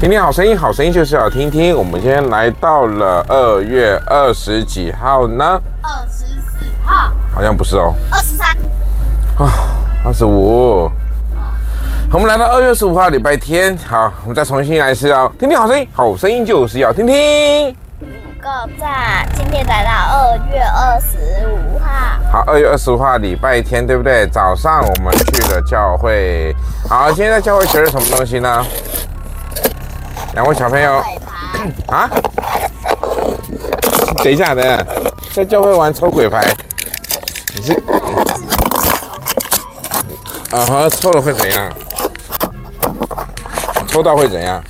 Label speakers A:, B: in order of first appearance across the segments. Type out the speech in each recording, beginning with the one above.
A: 听听好声音，好声音就是要听听。我们今天来到了二月二十几号呢，
B: 二十四号，
A: 好像不是哦，
B: 二十三，
A: 二十五。我们来到二月十五号礼拜天，好，我们再重新来一次哦。听听好声音，好声音就是要听听。
B: 五个赞。今天来到二月二十五号，
A: 好，二月二十五号礼拜天，对不对？早上我们去了教会。好，今天在教会学了什么东西呢？两位小朋友
B: 尾巴，
A: 啊？等一下，等一下，在教会玩抽鬼牌，你是？啊哈，抽了会怎样？抽到会怎样？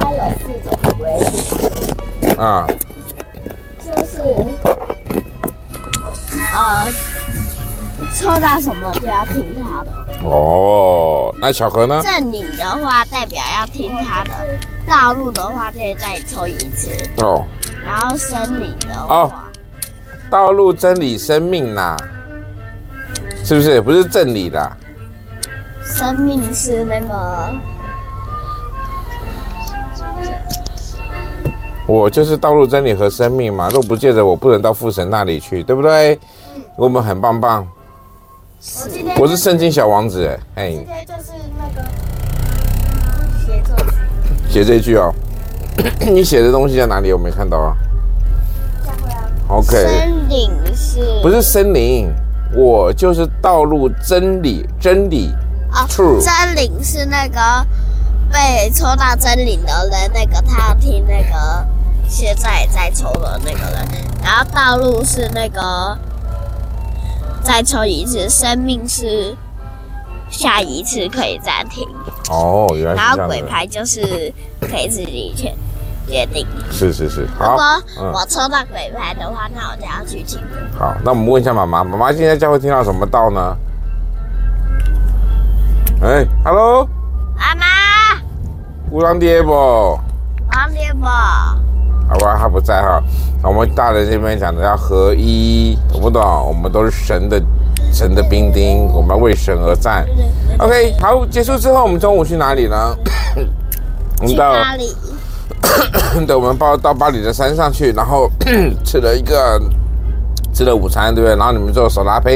B: 它有四种规矩，
A: 啊，
B: 就是呃，抽到什么就要听它的。
A: 哦，那小何呢？
B: 正女的话代表要听它的，道路的话可以再抽一次，
A: 哦，
B: 然后生理的话，
A: 哦道路、真理、生命啦，是不是？不是正理啦。
B: 生命是那个
A: 我就是道路、真理和生命嘛，若不借着我，不能到父神那里去，对不对？我们很棒棒，
B: 我今天
A: 我是圣经小王子，哎，哎
B: 天就是那个协作
A: 写这句哦， 你写的东西在哪里？我没看到啊。OK，
B: 森林是
A: 不是森林，我就是道路、真理、真理
B: 哦
A: ，true
B: 真灵是那个被抽到真灵的人，那个他要听那个现在也在抽的那个人，然后道路是那个再抽一次，生命是下一次可以暂停，
A: 哦，原
B: 然
A: 来是这
B: 后
A: 样
B: 鬼
A: 的，
B: 牌就是可以自己决决定。
A: 是是是，
B: 如
A: 好
B: 果，
A: 嗯，
B: 我抽到鬼牌的话，那我就要去听。
A: 好，那我们问一下妈妈，妈妈今天在教会听到什么道呢？哎，Hello，
B: 阿妈，
A: 乌当爹不？
B: 王天宝。
A: 好吧，他不在哈。我们大人这边讲的要合一，懂不懂？我们都是神的神的兵丁，我们要为神而战。OK，好，结束之后我们中午去哪里呢？我们
B: 去
A: 到
B: 哪里？
A: 对，我们到到巴黎的山上去，然后 吃了一个吃了午餐，对不对？然后你们做手拉胚，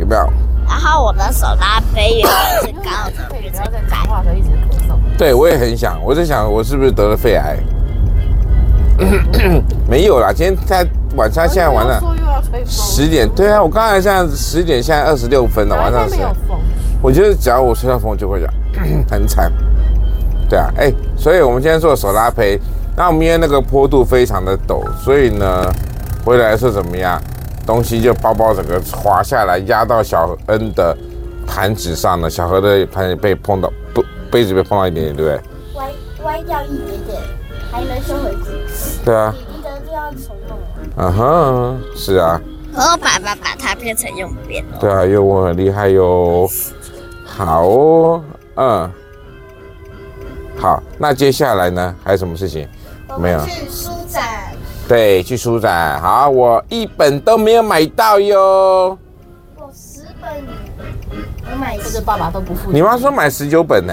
A: 有没有？
B: 然后我的手拉杯有是高的，
C: 不要在讲话的时候一直咳嗽。
A: 对，我也很想，我在想我是不是得了肺癌？ 没有啦，今天在晚餐现在完了
C: 又要。说又要吹风，
A: 十点，对啊，我刚才现在十点，现在二十六分了，晚上
C: 啊
A: 十
C: 现在没有
A: 点。
C: 风，
A: 我觉得只要我吹到风就 会讲很惨，对啊，哎、所以我们今天做手拉胚，那我们因为那个坡度非常的陡，所以呢，回来是怎么样，东西就包包整个滑下来，压到小恩的盘子上了，小何的盘子被碰到，不杯子被碰到一点点，对不对？
D: 歪歪掉一点点，还能收回去。
A: 对啊，
D: 你的就要重弄了。
A: 嗯哼，是啊，
B: 然后爸爸呃把它变成用扁了。
A: 对啊，因为我很厉害哟。好哦，嗯，好，那接下来呢？还有什么事情？没有。
D: 去书展，
A: 对，去书展。好，我一本都没有买到哟。
D: 我十本，我买
C: 这是爸爸都不付
A: 你
C: 钱，
A: 妈说买十九本呢、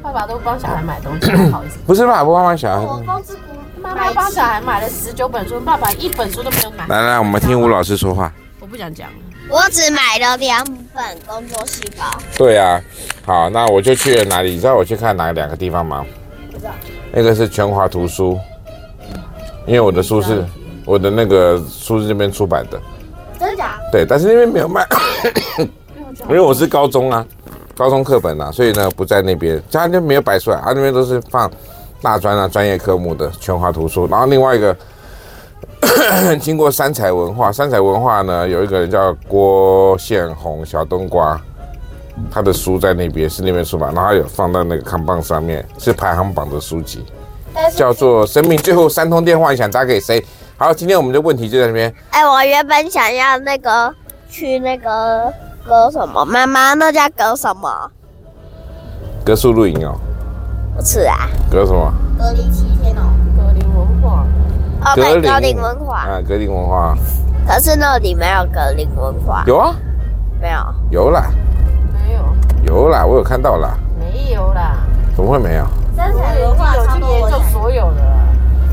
C: 爸爸都帮小孩买东西，不好意思。
A: 不是吧？不帮忙小
B: 哦
D: 我
A: 孩。
D: 光是不
C: 妈妈帮小孩买了十九本书，爸爸一本书都没有买。
A: 来来，我们听吴老师说话。
C: 我不想讲，
B: 我只买了两本工作细胞，
A: 对啊，好，那我就去了哪里？你知道我去看哪两个地方吗？那个是全华图书，因为我的书是我的那个书是那边出版的。
D: 真假？
A: 对，但是那边没有卖，因为我是高中啊，高中课本啊，所以呢不在那边，家就没有摆出来，他那边都是放大专啊专业科目的全华图书，然后另外一个经过三彩文化，三彩文化呢有一个人叫郭宪宏小冬瓜。他的书在那边是呃那边出版，然后有放到那个看棒上面，是排行榜的书籍，
D: 但是
A: 叫做《生命最后三通电话》，你想打给谁？好，今天我们的问题就在那边。
B: 哎，我原本想要那个去那个割什么，妈妈那叫割什么？
A: 格数露营哦，
B: 不是啊，
A: 格什么？
D: 隔离七天哦。
C: 格林文化，
B: 哦，
A: 格
B: 对，
A: 林
B: 格林文化，
A: 啊，格林文化
B: 可是那里没有格林文化，
A: 有啊，
B: 没有。
A: 有啦，
C: 没有，
A: 有啦，我有看到啦，
C: 没有啦，
A: 怎么会没有？
D: 三
C: 我
D: 彩
C: 已
D: 文
C: 经
D: 化
C: 有
D: 超
C: 去
D: 多我
C: 研究
D: 想，
C: 所有的了。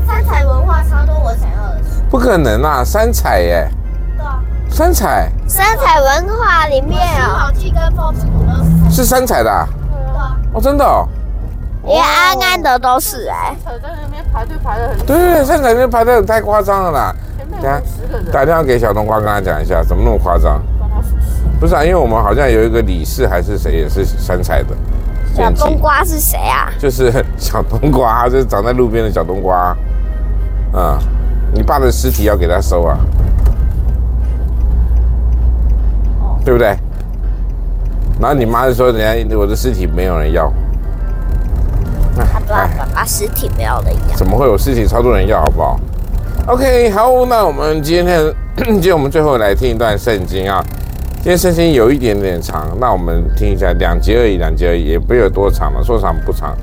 D: 三彩文化超多我想要的书。
A: 不可能啊，三彩耶，
D: 对啊，
A: 三彩
B: 三彩文化里面哦，
D: 记跟风之谷都是
A: 是三彩的、啊、
D: 对啊，
A: 哦，真的哦，
B: 连安安的都是哎、
C: 扯在那边排队排的很
A: 对啊对对，三彩那排队太夸张了啦。
C: 前面有十个人，
A: 打电话给小冬瓜，跟他讲一下，怎么那么夸张？
C: 帮他数数。
A: 不是啊，因为我们好像有一个理事还是谁也是三彩的，
B: 小冬瓜是谁啊？
A: 就是小冬瓜， 就是长在路边的小冬瓜。啊、你爸的尸体要给他收啊，对不对？然后你妈就说人家我的尸体没有人要，
B: 他爸爸把尸体不要了一样。
A: 怎么会有尸体超多人要，好不好？OK，好，那我们今天 今天我们最后来听一段圣经啊。今天圣经有一点点长，那我们听一下，两节而已，两节而已，也不有多长嘛，说长不长。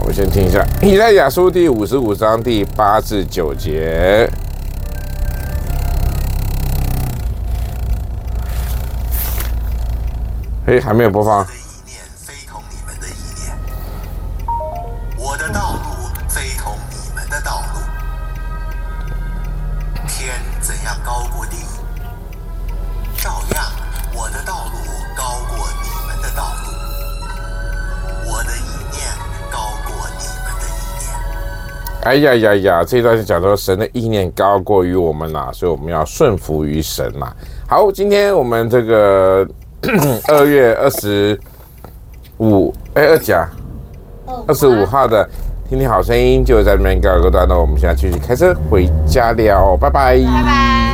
A: 我们先听一下《以赛亚书》第五十五章第八至九节。哎，还没有播放
E: 的。意念非同你们的意念，我的道路非同你们的道路。天怎样高过地，照样我的道路高过你们的道路，我的意念高过你们的意念。
A: 哎呀呀呀！这一段是讲说神的意念高过于我们啦、所以我们要顺服于神啦、好，今天我们这个 二月二十五，哎，二甲二十五号的《听听好声音》就在那边告一个段落，我们现在继续开车回家了，拜拜
B: 拜。